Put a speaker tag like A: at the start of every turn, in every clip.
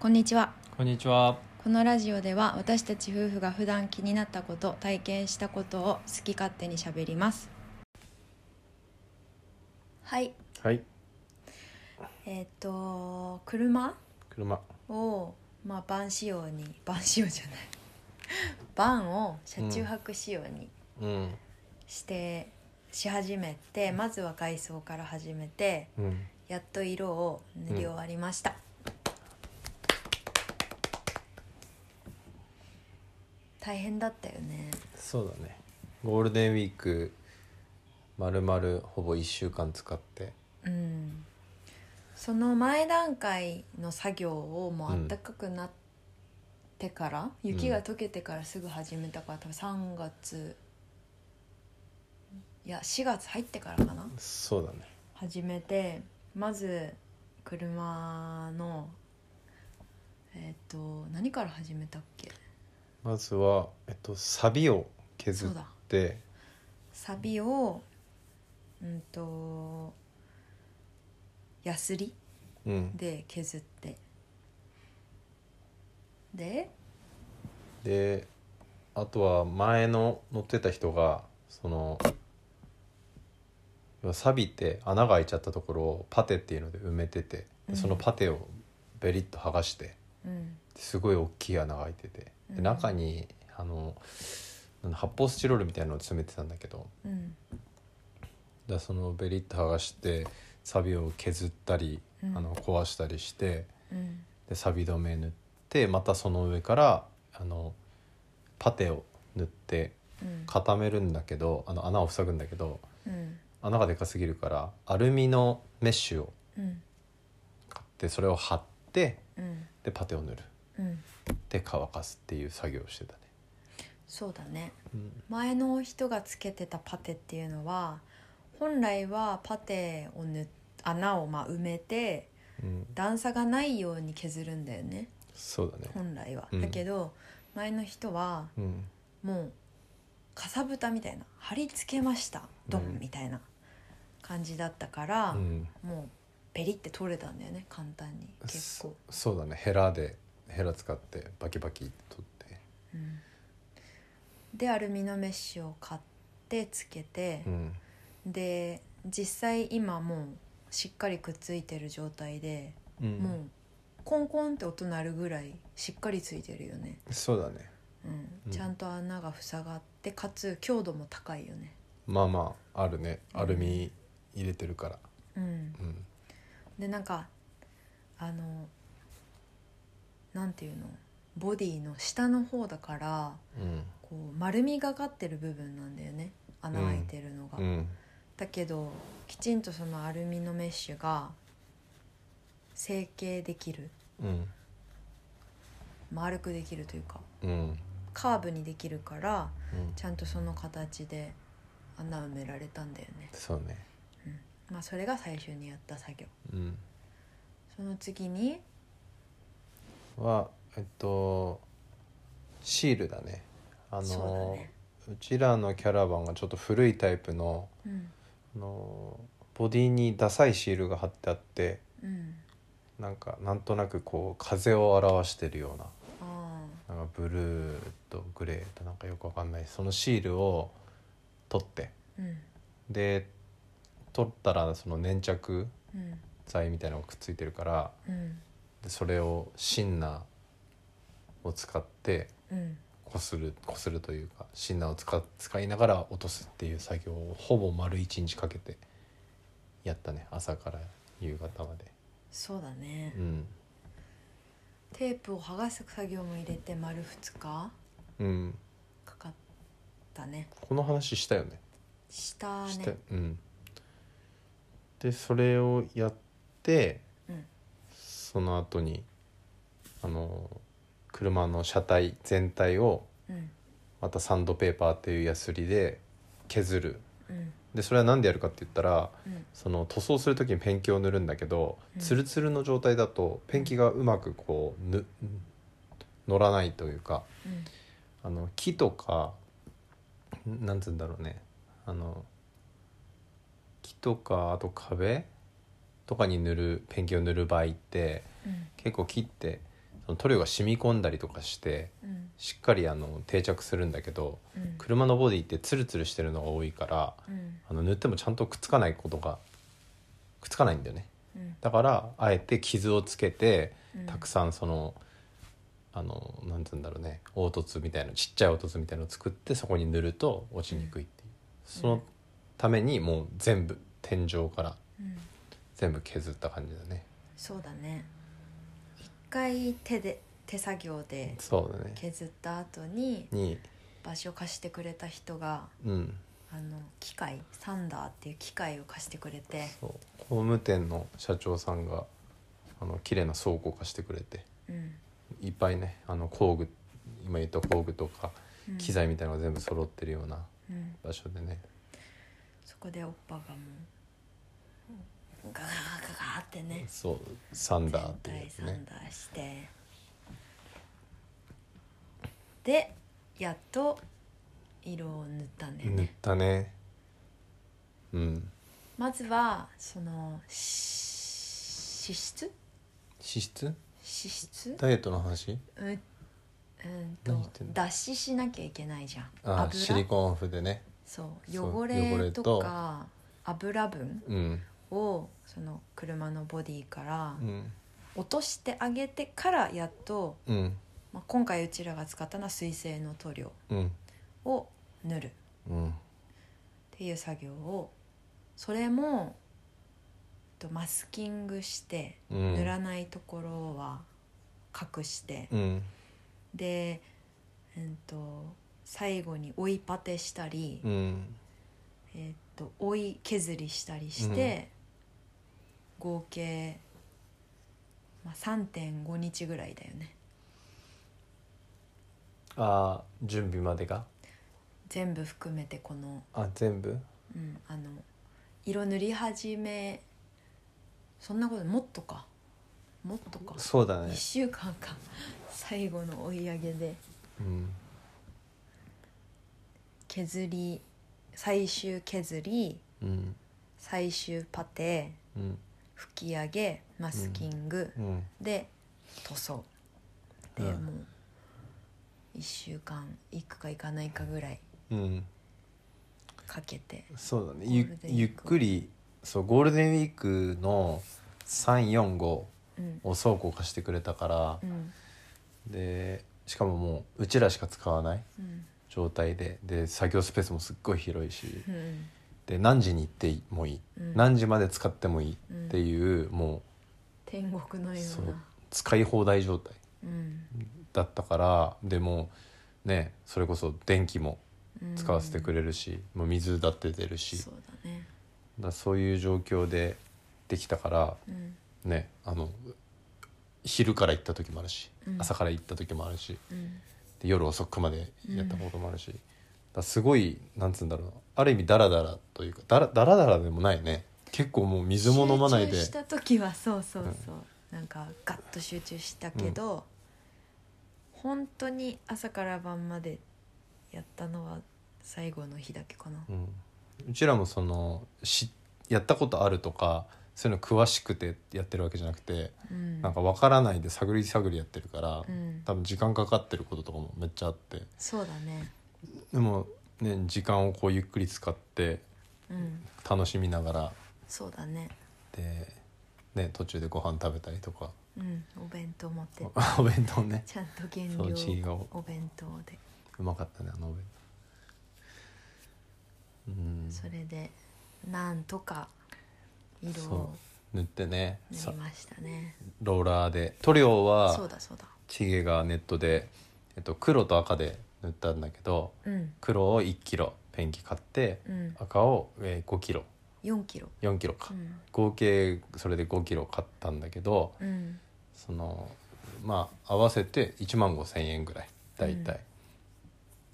A: こんにちは
B: こんにちは。
A: このラジオでは私たち夫婦が普段気になったこと体験したことを好き勝手にしゃべりますはい
B: はい。
A: えっ、と車
B: 車。
A: を、まあ、バン仕様にバン仕様じゃない バンを車中泊仕様に
B: うん。
A: して、し始めてまずは外装から始めて
B: うん。
A: やっと色を塗り終わりました、大変だったよね
B: そうだね。ゴールデンウィーク。まるまるほぼ一週間使って。
A: うんその前段階の作業をも
B: う
A: うん暖かくなってから、雪が溶けてからすぐ始めたから多分3月いや4月入ってからかな
B: そうだね。
A: 始めてまず車のえっ、と何から始めたっけ
B: まずは、えっと、サビを削
A: そう
B: っ
A: だ
B: て。
A: サビをうんとヤスリ
B: うん。
A: で削ってで
B: で。あとは前の乗ってた人が、その。要はサビって穴が開いちゃったところをパテっていうので埋めてて、
A: うん
B: でそのパテをベリッと剥がして
A: うん
B: すごい大きい穴が開いてて
A: う
B: で
A: ん
B: 中にあのなんだ発泡スチロールみたいなのを詰めてたんだけど
A: うん
B: だそのベリッと剥がしてサビを削ったり、
A: うん
B: あの壊したりして
A: うん
B: でサビ止め塗ってまたその上からあのパテを塗って
A: うん
B: 固めるんだけどあの穴を塞ぐんだけど
A: うん
B: 穴がでかすぎるからアルミのメッシュを
A: うん
B: 買ってそれを貼って
A: うん
B: でパテを塗る
A: うん
B: で乾かすっていう作業をしてたね。
A: そうだね
B: うん
A: 前の人がつけてたパテっていうのは本来はパテをぬ穴をまあ埋めて
B: うん、
A: 段差がないように削るんだよね
B: そうだね
A: 本来は、
B: うん
A: だけど前の人は
B: うん
A: もうかさぶたみたいな貼り付けましたド
B: う
A: ン
B: ん
A: みたいな感じだったから、
B: うん、
A: もうペリって取れたんだよね簡単に結構、
B: そそうだねヘラでヘラ使ってバキバキ取って
A: うんでアルミのメッシュを買ってつけて、
B: うん
A: で実際今もうしっかりくっついてる状態で、
B: うん
A: もうコンコンって音鳴るぐらいしっかりついてるよね、
B: そうだね
A: うん
B: うん
A: ちゃんと穴が塞がってかつ強度も高いよね
B: まあまああるねアルミ入れてるから
A: うん
B: うん
A: でなんかあのなんていうのボディの下の方だから
B: うん
A: こう丸みがかってる部分なんだよね穴開いてるのが、
B: うん
A: だけどきちんとそのアルミのメッシュが成形できる
B: うん
A: 丸くできるというか
B: うんうん
A: カーブにできるからちゃんとその形で穴埋められたんだよね、
B: そうね
A: まあ、それが最初にやった作業
B: うん
A: その次に
B: はえっとシールだねあ
A: そうだ
B: の
A: ね
B: うちらのキャラバンがちょっと古いタイプの
A: うん
B: あのボディにダサいシールが貼ってあって
A: うん
B: なんかなんとなくこう風を表してるような
A: あ
B: なんかブルーとグレーとなんかよくわかんないそのシールを取って
A: あうん
B: で取ったらその粘着
A: うん
B: 剤みたいなのがくっついてるから
A: うん
B: でそれをシンナーを使って
A: うん
B: こするこするというかシンナーを使使いながら落とすっていう作業をほぼ丸一日かけてやったね朝から夕方まで。
A: そうだね、
B: うん
A: テープを剥がす作業も入れて丸2日か
B: うん、
A: かったね
B: この話したよね
A: 下
B: し
A: ね
B: て、うん、でそれをやって、
A: うん
B: その後にあの車の車体全体を
A: うん
B: またサンドペーパーっていうヤスリで削る
A: うん
B: でそれは何でやるかって言ったら
A: うん
B: その塗装する時にペンキを塗るんだけど、
A: うん
B: ツルツルの状態だとペンキがうまくこうぬ乗らないというか
A: うん
B: あの木とかんなんつうんだろうねあの木とかあと壁とかに塗るペンキを塗る場合って
A: うん
B: 結構木ってその塗料が染み込んだりとかして
A: うん
B: しっかりあの定着するんだけど
A: うん
B: 車のボディってツルツルしてるのが多いから
A: うん
B: あの塗ってもちゃんとくっつかないことがくっつかないんだよね
A: うん
B: だからあえて傷をつけて
A: うん
B: たくさんそのあのなんて言うんだろうね凹凸みたいなちっちゃい凹凸みたいのを作ってそこに塗ると落ちにくいっていうそのためにもう全部天井から
A: うん
B: 全部削った感じだね
A: そうだね一回手で手作業で
B: そうだね
A: 削った後に
B: に
A: 場所を貸してくれた人が
B: うん
A: あの機械サンダーっていう機械を貸してくれて
B: そう工務店の社長さんがあの綺麗な倉庫を貸してくれて
A: うん
B: いっぱいねあの工具今言った工具とか
A: うん
B: 機材みたいなのが全部揃ってるような
A: うん
B: 場所でね、
A: そこでおっぱがもうガガガガってね
B: そうサン
A: 全
B: ダーっていう
A: 体
B: やつ
A: サ
B: ね
A: ンダーしてでやっと色を塗ったんだよ
B: 塗っ
A: ね
B: たねうん
A: まずはそのし脂質
B: 脂質
A: 脂質
B: ダイエットの話
A: ううん
B: 何
A: と
B: 言ってんの
A: 脱脂しなきゃいけないじゃん
B: あシリ
A: 油
B: コーンオフでね
A: そう
B: そう
A: 汚
B: 汚
A: れ
B: れ
A: と
B: と
A: か油分
B: うん
A: をその車のボディから
B: うん
A: 落としてあげてからやっと、
B: うん
A: まあ、今回うちらが使ったのは水性の塗料
B: うん
A: を塗るっ
B: うん
A: ていう作業をそれもえっとマスキングして
B: うん
A: 塗らないところは隠して、
B: うん
A: で、うん、と最後に追いパテしたり、
B: うん
A: えっと追い削りしたりして、合計、まあ、3.5日ぐらいだよね
B: あー準備までが
A: 全部含めてこの,、
B: あ全部
A: うん、あの色塗り始めそんなこともっとかもっとか、
B: そうだ
A: 一
B: ね
A: 1週間か最後の追い上げで
B: うん
A: 削り最終削り
B: うん
A: 最終パテ
B: うん
A: 吹き上げマスキング、
B: うん
A: で塗装で、
B: うん
A: もう1週間行くか行かないかぐらい
B: うん
A: かけて
B: そうだね
A: ゴール
B: ゆ
A: デンウィーク
B: ゆっくりそうゴールデンウィークの345を
A: うん
B: 倉庫貸してくれたから
A: う、ん
B: でしかももううちらしか使わない
A: うん
B: 状態でで作業スペースもすっごい広いし
A: うん
B: で何時に行ってもいい、
A: うん
B: 何時まで使ってもいい
A: うん
B: っていう、も
A: 天国の
B: う
A: よ
B: そうう
A: な
B: 使い放題状態
A: うん
B: だったからでもうねそれこそ電気も
A: うん
B: 使わせてくれるし、もう水だって出るし
A: そうだね
B: だからそういう状況でできたから
A: うん
B: ねあの昼から行った時もあるし、
A: うん
B: 朝から行った時もあるし
A: うん
B: で夜遅くまでやったこともあるし、だからすごいなんつうんだろうある意味ダラダラというかダラダラダラでもないね結構もう水も飲まないで
A: 集中した時はそうそうそう、なんかガッと集中したけど、本当に朝から晩までやったのは最後の日だけかな
B: うん、うちらもそのしやったことあるとかそういうの詳しくてやってるわけじゃなくて、
A: うん
B: なんか分からないで探り探りやってるから、
A: うん
B: 多分時間かかってることとかもめっちゃあって
A: そうだね
B: でも、ね、時間をこうゆっくり使って
A: うん
B: 楽しみながら
A: そうだね
B: で、ね、途中でご飯食べたりとか
A: うんお弁当持って
B: お弁当ね
A: ちゃんと減
B: そううち
A: 量
B: が
A: お弁当で
B: うまかったねあのお弁当うん
A: それでなんとか色を
B: そう塗ってね
A: 塗
B: さ
A: りましたね
B: ローラーで塗料
A: そう
B: は
A: だそうだ
B: チゲがネットで、えっと、黒と赤で塗ったんだけど
A: うん
B: 黒を1キロペンキ買って
A: うん
B: 赤を、えー5キロ
A: 4キロ
B: 4キロか、
A: うん
B: 合計それで5キロ買ったんだけど
A: うん
B: そのまあ合わせて1万5,000円ぐらい大体、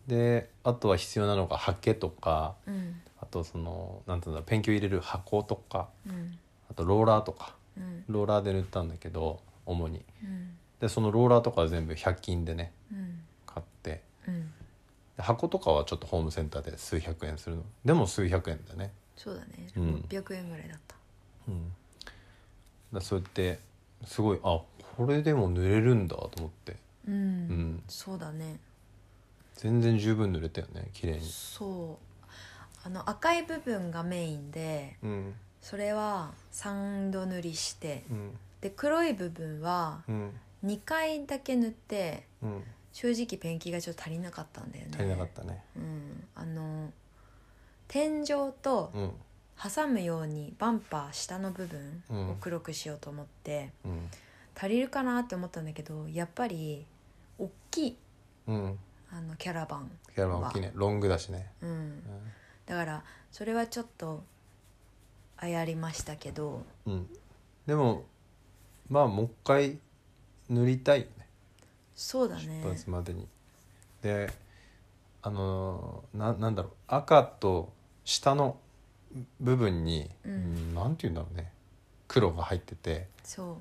B: であとは必要なのがハケとか
A: うん
B: あとそのなんていうんだろうペンキを入れる箱とか
A: うん
B: あとローラーとか
A: うん
B: ローラーで塗ったんだけど主に
A: うん
B: でそのローラーとかは全部100均でね
A: うん
B: 買って
A: うん
B: で箱とかはちょっとホームセンターで数百円するのでも数百円だね
A: そうだね
B: うん
A: 600円ぐらいだった
B: うんだそうやってすごいあこれでも塗れるんだと思って
A: うん、
B: うん
A: そうだね
B: 全然十分塗れたよね綺麗に
A: そうあの赤い部分がメインで
B: うん
A: それは3度塗りして
B: うん
A: で黒い部分は
B: うん
A: 2回だけ塗って
B: うん
A: 正直ペンキがちょっと足りなかったんだよね
B: 足りなかったね
A: うん、あの天井と
B: うん
A: 挟むようにバンパー下の部分
B: うん
A: を黒くしようと思って、
B: うん
A: 足りるかなって思ったんだけどやっぱり大きい
B: うん
A: あのキャラバン、
B: キャラバン大きいねロングだしね、
A: うん、だからそれはちょっとあやりましたけど
B: うんうん、でもまあもう一回塗りたいよね
A: そうだね
B: 出発までに、であのーななんだろう赤と下の部分に、
A: うん
B: うんなんて言うんだろうね黒が入ってて
A: そう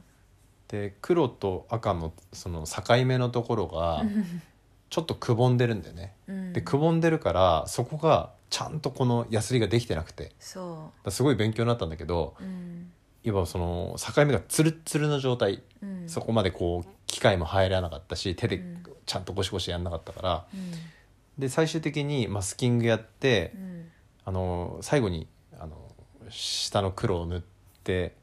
B: で黒と赤のその境目のところがちょっとくぼんでるんだよね。
A: うん
B: でくぼんでるからそこがちゃんとこのヤスリができてなくてだか
A: そ
B: らすごい勉強になったんだけど
A: ううん
B: 今その境目がツルッツルの状態、
A: うん
B: そこまでこう機械も入らなかったし手で
A: うん
B: ちゃんとゴシゴシやんなかったから、
A: うん
B: で最終的にマスキングやって、
A: うん
B: あの最後にあの下の黒を塗って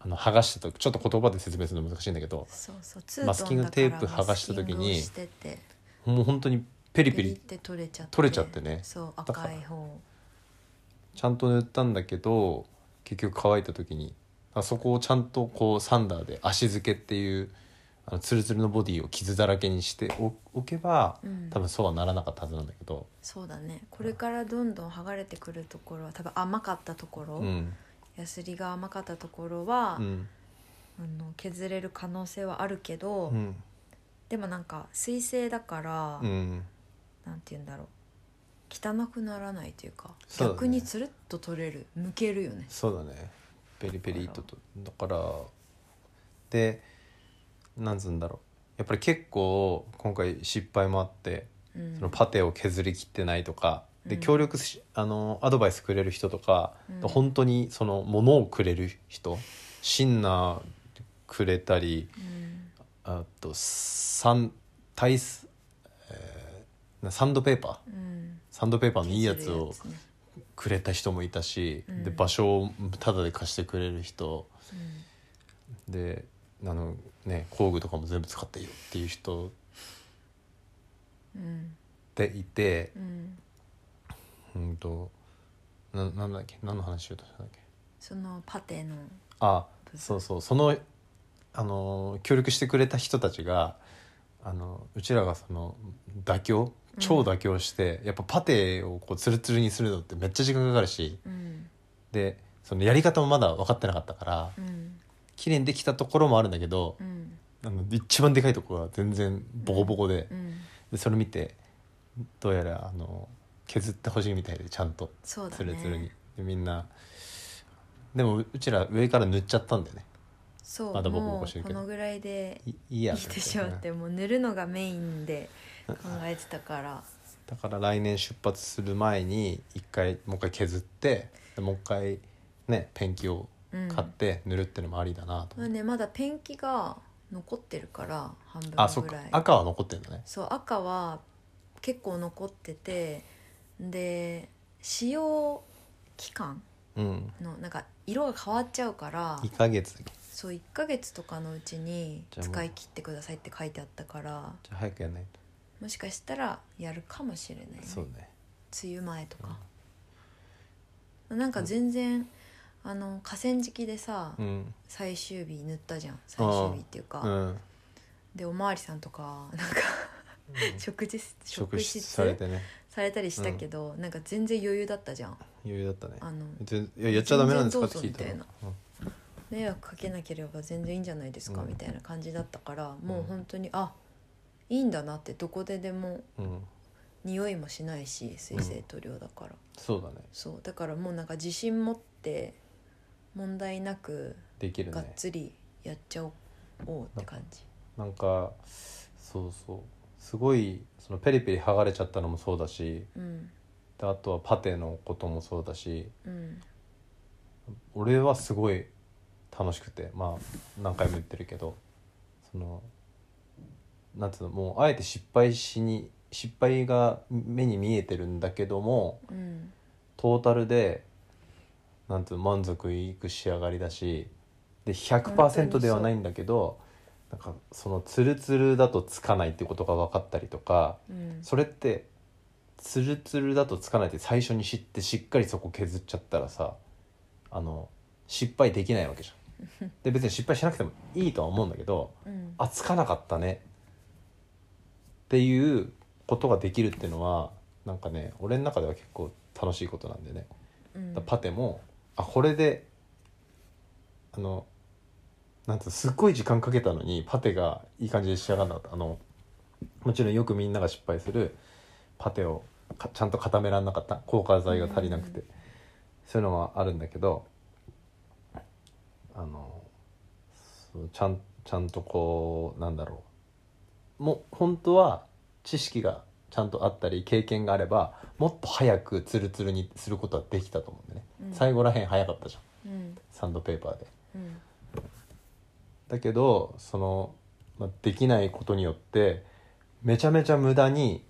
B: あの剥がしたとちょっと言葉で説明するの難しいんだけど
A: そうそうツートン
B: マスキングテープ剥がした
A: だから
B: 時に
A: マスキングをしてて
B: もう本当にペリ
A: ペ
B: ペ
A: リっ
B: リ
A: て取れちゃって
B: 取れちゃってね
A: そう
B: だから
A: 赤い方
B: ちゃんと塗ったんだけど結局乾いた時にあそこをちゃんとこうサンダーで足付けっていうあのツルツルのボディを傷だらけにしておおけば
A: うん
B: 多分そうはならなかったはずなんだけど、
A: そうだねこれからどんどん剥がれてくるところは多分甘かったところ、
B: うん
A: ヤスリが甘かったところは、
B: うん
A: あの削れる可能性はあるけど、
B: うん
A: でもなんか水性だから、
B: うん、
A: なんて言うんだろう汚くならないというか
B: そうだね
A: 逆につるっと取れるむけるよね
B: そうだねペリペリっととだからでなんつうんだろうやっぱり結構今回失敗もあって、
A: うん
B: そのパテを削りきってないとかで
A: うん
B: 協力し、あのアドバイスくれる人とか、
A: うん
B: 本当にそのものをくれる人シンナーくれたり
A: うん
B: あとサンタイス、えーなサンドペーパー
A: うん
B: サンドペーパーのいいやつ
A: 削る
B: を
A: ね
B: くれた人もいたし、
A: うん
B: で場所をタダで貸してくれる人であの、ね、工具とかも全部使っていいよっていう人
A: うんうん
B: でいて
A: うん
B: うんとななんだっけ何の話をしたんだっけ
A: そのパテの
B: あ
A: 部分
B: そうそうそのあの協力してくれた人たちがあのうちらがその妥協超妥協して、やっぱパテをこうツルツルにするのってめっちゃ時間かかるし
A: うん
B: でそのやり方もまだ分かってなかったから
A: うん
B: 綺麗にできたところもあるんだけど
A: う、ん
B: あの一番でかいところは全然ボコボコで,、
A: うん
B: でそれ見てどうやらあの削ってほしいみたいでちゃんと
A: そうだね
B: ツルツルに、でみんなでもううちら上から塗っちゃったんだよね
A: そう
B: まだボコボコ
A: も
B: して
A: う
B: る
A: こ
B: けど
A: のぐらいで
B: いいいや
A: いいでしょうってもう塗るのがメインで考えてたから
B: だから来年出発する前に一回もう一回削ってでもう一回ねペンキを
A: うん
B: 買って塗るってのもありだなと
A: まあ
B: 思って、
A: ねまだペンキが残ってるから半分ぐらい
B: あそっか赤は残ってるんだね
A: そう赤は結構残っててで使用期間
B: うん
A: のなんか色が変わっちゃうから
B: 1ヶ月だけ
A: そう1ヶ月とかのうちに
B: じゃあもう
A: 使い切ってくださいって書いてあったから
B: じゃあ早くやんないと、
A: もしかしたらやるかもしれないね、
B: そうね
A: 梅雨前とか、なんか全然あの河川敷でさ、
B: うん
A: 最終日塗ったじゃん最終日っていうか、
B: うん
A: でおまわりさんとかなんか食事室職
B: 職質
A: 質
B: さ
A: さ
B: れ
A: れ
B: てね
A: たりしたけど、なんか全然余裕だったじゃん
B: 余裕だったね
A: あの
B: 全いややっちゃダメなんですかって聞いた
A: 全然
B: ら
A: どうぞ迷惑かけなければ全然いいんじゃないですか、
B: うん
A: みたいな感じだったから
B: ん
A: もう本当にあいいんだなってどこででも
B: うん、うん
A: 匂いもしないし水性塗料だから、
B: そうだね
A: そうだからもうなんか自信持って問題なく
B: できる
A: がっ
B: ね
A: つりやっちゃおうって感じ、
B: なんかそうそうすごいそのペリペリ剥がれちゃったのもそうだし
A: うん
B: であとはパテのこともそうだし
A: うん
B: 俺はすごい楽しくてまあ何回も言ってるけどそのなんていうのもうあえて失敗しに失敗が目に見えてるんだけども
A: うん
B: トータルでなんていうの満足いく仕上がりだしで
A: 本当にそ
B: 100%
A: う
B: ではないんだけどなんかそのツルツルだとつかないってことが分かったりとか
A: うん
B: それってツルツルだとつかないって最初に知ってしっかりそこ削っちゃったらさあの失敗できないわけじゃん。で別に失敗しなくてもいいとは思うんだけど
A: うん
B: あつかなかったねっていうことができるっていうのはなんかね俺の中では結構楽しいことなんでね。
A: うん
B: だからパテもあこれであのなんていうのすっごい時間かけたのにパテがいい感じで仕上がらなかったあのもちろんよくみんなが失敗するパテをかちゃんと固めらんなかった効果剤が足りなくて、
A: う
B: そういうのはあるんだけどあのそうちゃんちゃんとこうなんだろうもう本当は知識がちゃんとあったり経験があればもっと早くツルツルにすることはできたと思うんだね、
A: うん
B: 最後らへん早かったじゃん
A: うん
B: サンドペーパーで
A: うん
B: だけどその、まあ、できないことによってめちゃめちゃ無駄に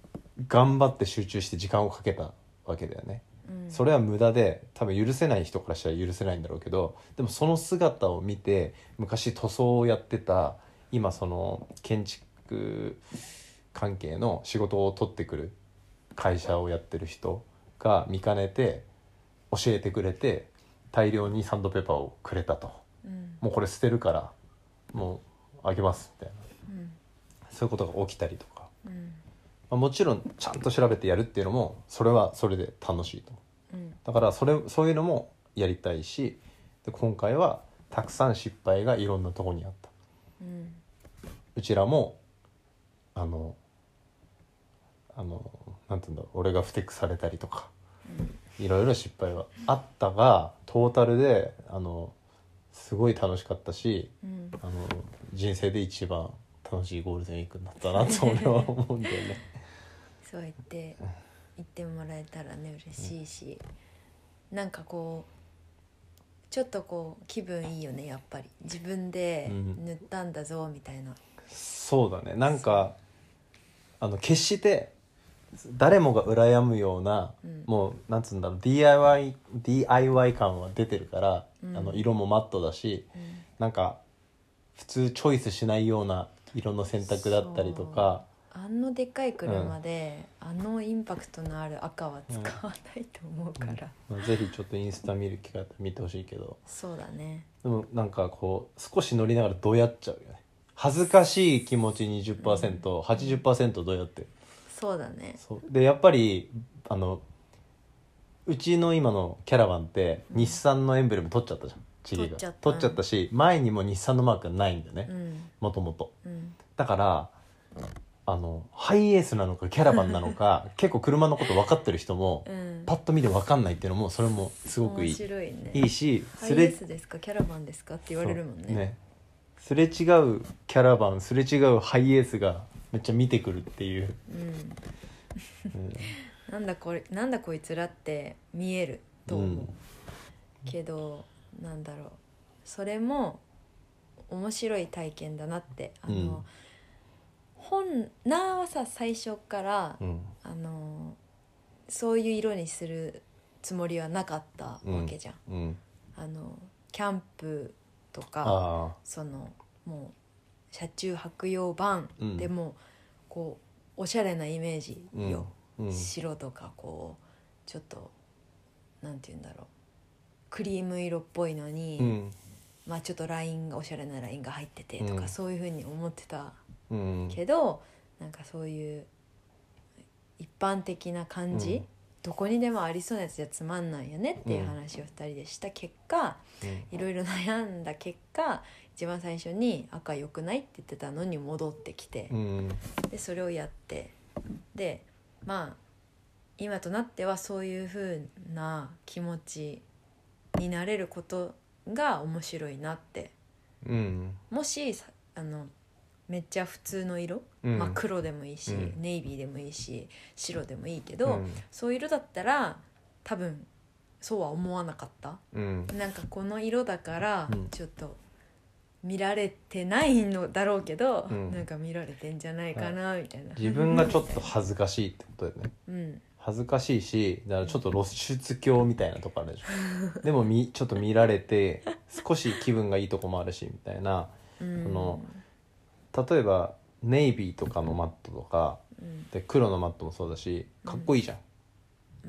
B: 頑張って集中して時間をかけたわけだよね、
A: うん
B: それは無駄で多分許せない人からしたら許せないんだろうけどでもその姿を見て昔塗装をやってた今その建築関係の仕事を取ってくる会社をやってる人が見かねて教えてくれて大量にサンドペーパーをくれたと。
A: うん
B: もうこれ捨てるからもうあげますみたいな
A: うん
B: そういうことが起きたりとか、
A: うん
B: まあ、もちろんちゃんと調べてやるっていうのもそれはそれで楽しいと
A: うん
B: だからそれそういうのもやりたいしで今回はたくさん失敗がいろんなとこにあった
A: うん
B: うちらもあのあのなんて言うんだろう俺がふてくされたりとかいろいろ失敗はあったがトータルであのすごい楽しかったし
A: うん
B: あの人生で一番楽しいゴールデンウィークになったなと俺は思うんだよね
A: そう言って言ってもらえたらね嬉しいし、なんかこうちょっとこう気分いいよねやっぱり自分で
B: うん
A: 塗ったんだぞみたいな、
B: そうだねなんかあの決して誰もが羨むような、
A: うん
B: もうなんつうんだろう DIY, DIY 感は出てるから、
A: うん
B: あの色もマットだし
A: うん
B: なんか普通チョイスしないような色の選択だったりとか
A: あのでっかい車で、あのインパクトのある赤は使わないと思うから、
B: まあぜひちょっとインスタ見る機会あったら見てほしいけど
A: そうだね
B: でもなんかこう少し乗りながらどやっちゃうよね恥ずかしい気持ち 20%80% どやって
A: そうだね
B: そうでやっぱりあのうちの今のキャラバンって日産のエンブレム取っちゃったじゃんチリ
A: 取
B: が
A: っちゃった
B: 取っちゃったし前にも日産のマークがないんだよ
A: う
B: ね
A: ん
B: もともと
A: うん
B: だからあのハイエースなのかキャラバンなの か結構車のこと分かってる人も
A: うん
B: パッと見て分かんないっていうのもそれもすごくい
A: 面
B: い
A: 白いね
B: いいし
A: ハ
B: す
A: イエ
B: れ
A: ースですかキャラバンですかって言われるもん
B: そう
A: ね
B: すれ違うキャラバンすれ違うハイエースがめっちゃ見てくるっていう、
A: うん
B: うん
A: なんだこれなんだこいつらって見えると思う、
B: うん
A: けどなんだろうそれも面白い体験だなってあの、
B: うん
A: 本なはさ最初から、
B: うん
A: あのそういう色にするつもりはなかったわけじゃん。
B: うん、
A: あのキャンプとか
B: あ
A: そのもう車中泊用版
B: うん
A: でも、こうおしゃれなイメージ
B: あ、うん
A: よ、
B: うん
A: 白とかこうちょっとなんて言うんだろうクリーム色っぽいのに、
B: うん
A: まあちょっとラインがおしゃれなラインが入っててとか、
B: うん
A: そういうふうに思ってた
B: うん、
A: けどなんかそういう一般的な感じ、
B: うん
A: どこにでもありそうなやつじゃつまんないよねっていう話を2人でした結果、いろいろ悩んだ結果一番最初に「赤良くない?」って言ってたのに戻ってきて。
B: うん
A: でそれをやってでまあ今となってはそういう風な気持ちになれることが面白いなって
B: うん
A: もしさあのめっちゃ普通の色、
B: うん
A: まあ、黒でもいいし、
B: うん
A: ネイビーでもいいし白でもいいけど、そういう色だったら多分そうは思わなかった
B: うん
A: なんかこの色だから
B: うん
A: ちょっと見られてないのだろうけど、
B: うん
A: なんか見られてんじゃないかなみたいな、
B: 自分がちょっと恥ずかしいってことだよね
A: うん
B: 恥ずかしいしだからちょっと露出狂みたいなとこあるでし ょでもみちょっと見られて少し気分がいいとこもあるしみたいな
A: うん
B: その例えばネイビーとかのマットとか
A: うん
B: で黒のマットもそうだしかっこいいじゃん、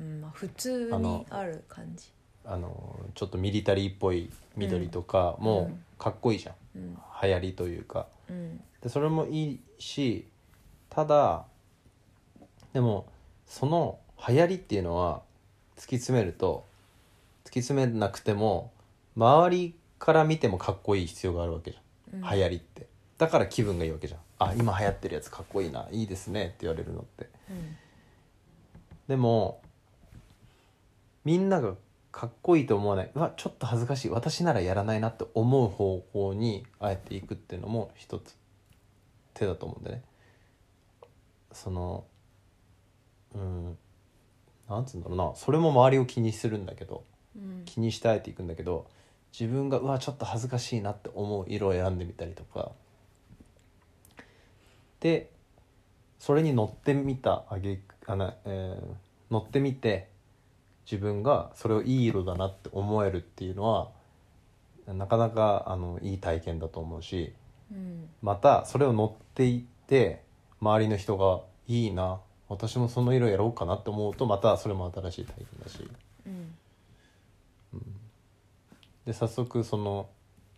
A: うんまあ、普通
B: あ
A: に
B: の
A: ある感じ
B: あのちょっとミリタリーっぽい緑とかも
A: うん
B: かっこいいじゃん、
A: うん
B: 流行りというか
A: うん
B: でそれもいいしただでもその流行りっていうのは突き詰めると突き詰めなくても周りから見てもかっこいい必要があるわけじ
A: う
B: ゃ
A: ん
B: ん、流行りってだから気分がいいわけじゃんあ今流行ってるやつかっこいいないいですねって言われるのって
A: うん
B: でもみんながかっこいいと思わないうわちょっと恥ずかしい私ならやらないなって思う方向にあえていくっていうのも一つ手だと思うんでねそのうんなんつうんだろうなそれも周りを気にするんだけど
A: うん
B: 気にしてあえていくんだけど自分がうわちょっと恥ずかしいなって思う色を選んでみたりとかでそれに乗ってみたあげあな、えー乗ってみて自分がそれをいい色だなって思えるっていうのはなかなかあのいい体験だと思うし
A: うん
B: またそれを乗っていって周りの人が「いいな私もその色やろうかな」って思うとまたそれも新しい体験だし。
A: うん
B: で早速その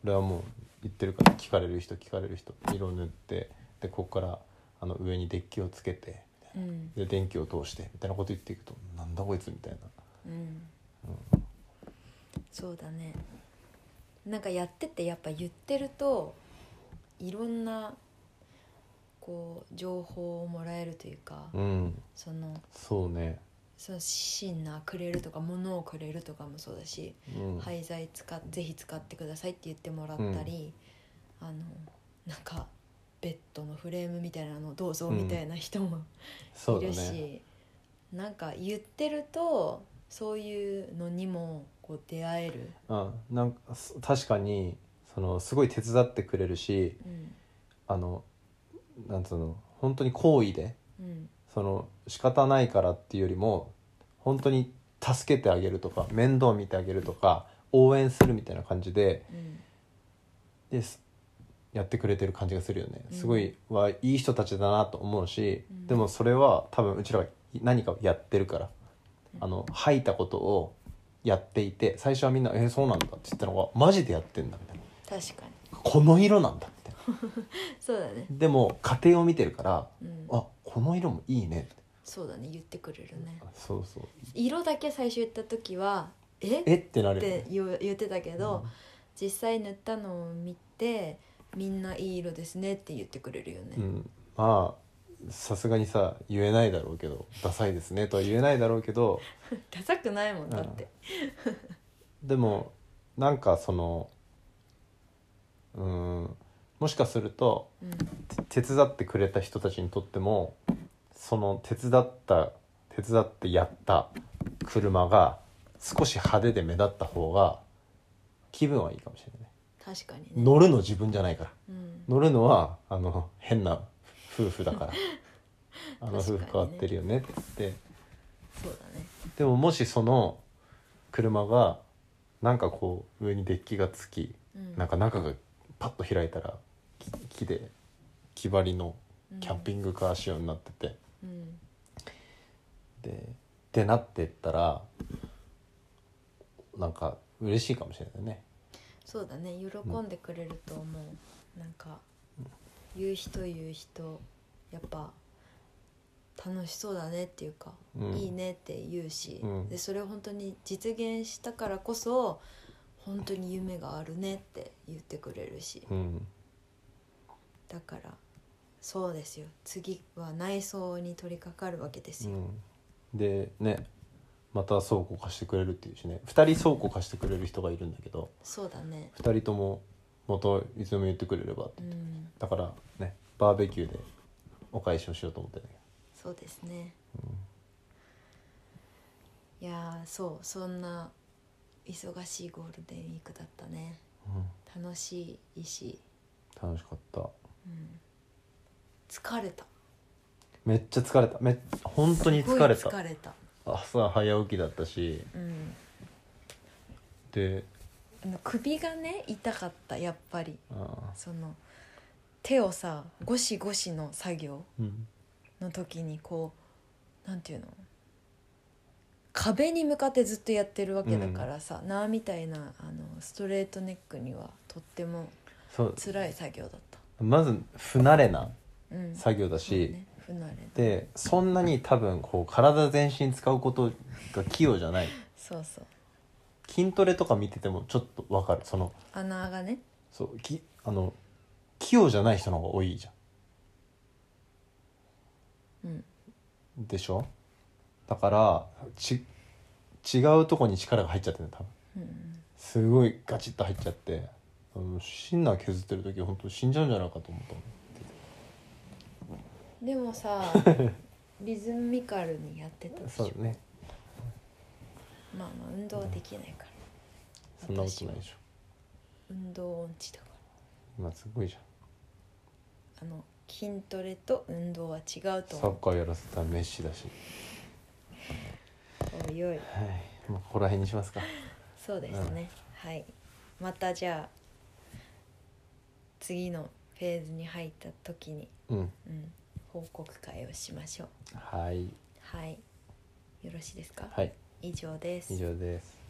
B: 俺はもう言ってるから聞かれる人聞かれる人色塗ってでここからあの上にデッキをつけて
A: うん
B: で電気を通してみたいなこと言っていくとなんだこいつみたいな
A: うんそうだねなんかやっててやっぱ言ってるといろんなこう情報をもらえるというか、
B: うん
A: その
B: そうね
A: そのシンナーくれるとか物をくれるとかもそうだし、
B: うん、
A: 廃材使っぜひ使ってくださいって言ってもらったり、あのなんかベッドのフレームみたいなのをどうぞみたいな人も
B: そう
A: い
B: だ
A: る
B: ね
A: し、なんか言ってるとそういうのにもこう出会える、
B: うんなんかす確かにそのすごい手伝ってくれるし
A: うん
B: あのなんつうの本当に好意で
A: うん
B: その仕方ないからっていうよりも本当に助けてあげるとか面倒見てあげるとか応援するみたいな感じで
A: うん
B: ですやってくれてる感じがするよね
A: うん
B: すごいはいい人たちだなと思うし、
A: うん
B: でもそれは多分うちらが何かをやってるから、
A: うん
B: あの吐いたことをやっていて最初はみんな「えーそうなんだ」って言ったのがマジでやってんだみたいな
A: 確かに
B: この色なんだみたいな
A: そうだね、
B: でも家庭を見てるから
A: うん
B: 「あこの色もいいね」って
A: そうだね言ってくれるね
B: そうそう
A: 色だけ最初言った時は「え
B: えってな
A: っ
B: るよね
A: て言う言ってたけど、実際塗ったのを見てみんないい色ですねって言ってくれるよね、
B: うん、まあさすがにさ言えないだろうけど「ダサいですね」とは言えないだろうけど
A: ダサくないもんだって、
B: でもなんかそのうんもしかすると
A: うん
B: て手伝ってくれた人たちにとってもその手伝った手伝ってやった車が少し派手で目立った方が気分はいいかもしれないね
A: 確かにね、
B: 乗るの自分じゃないから
A: うん、
B: 乗るのはあの変な夫婦 だからあの
A: 確
B: 夫婦
A: かにね
B: 変わってるよねって言って。
A: そうだね
B: でももしその車がなんかこう上にデッキがつき、
A: うん
B: なんか中がパッと開いたらき木で木張りのキャンピングカー仕様になってて、
A: うん
B: でってなってったらなんか嬉しいかもしれないね。
A: そうだね喜んでくれると思う、なんか言う人言う人やっぱ楽しそうだねっていうか、
B: うん
A: いいねって言うし、
B: うん
A: でそれを本当に実現したからこそ本当に夢があるねって言ってくれるし、
B: うん、
A: だからそうですよ次は内装に取り掛かるわけです
B: う
A: よ、
B: ん、でねまた倉庫貸してくれるっていうしね2人倉庫貸してくれる人がいるんだけど
A: そうだね
B: 2人とも元いつでも言ってくれればって
A: うん
B: だからねバーベキューでお返しをしようと思ってね
A: そうですね、いやーそうそんな忙しいゴールデンウィークだったね
B: うん
A: 楽しいし、
B: 楽しかった
A: うん、疲れた
B: めっちゃ疲れため本当に疲れ
A: すごい
B: た
A: 疲れた、
B: 朝早起きだったし
A: うん、
B: で
A: あの首がね痛かったやっぱり
B: あ
A: その手をさゴシゴシの作業
B: ーうん
A: の時にこうなんていうの壁に向かってずっとやってるわけだからさ、なあみたいなあのストレートネックにはとっても
B: そう
A: 辛い作業だった、
B: まず不慣れな
A: うん、
B: 作業だし、
A: そうね不慣れで
B: でそんなに多分こう体全身使うことが器用じゃない
A: そうそう
B: 筋トレとか見ててもちょっとわかるその
A: 穴がね
B: そうきあの器用じゃない人の方が多いじゃ
A: うん
B: んでしょだからち違うとこに力が入っちゃってね多分
A: うん
B: すごいガチッと入っちゃってあのシンナー削ってる時本当死んじゃうんじゃないかと思ったもん
A: でも さリズミカルにやってたでし
B: そ
A: ょ
B: うね
A: まあまあ運動はできないから
B: そんなことないでしょ
A: 運動音痴だから
B: 今すごいじゃん
A: あの筋トレと運動は違うと
B: サ
A: 思
B: ッカーやらせたらメッシだし
A: うおいおい
B: はいまあここら辺にしますか
A: そうですね、はいまたじゃあ次のフェーズに入った時に、
B: うん
A: うん、報告会をしましょう
B: はい
A: はいよろしいですか、
B: はい
A: 以上です
B: 以上です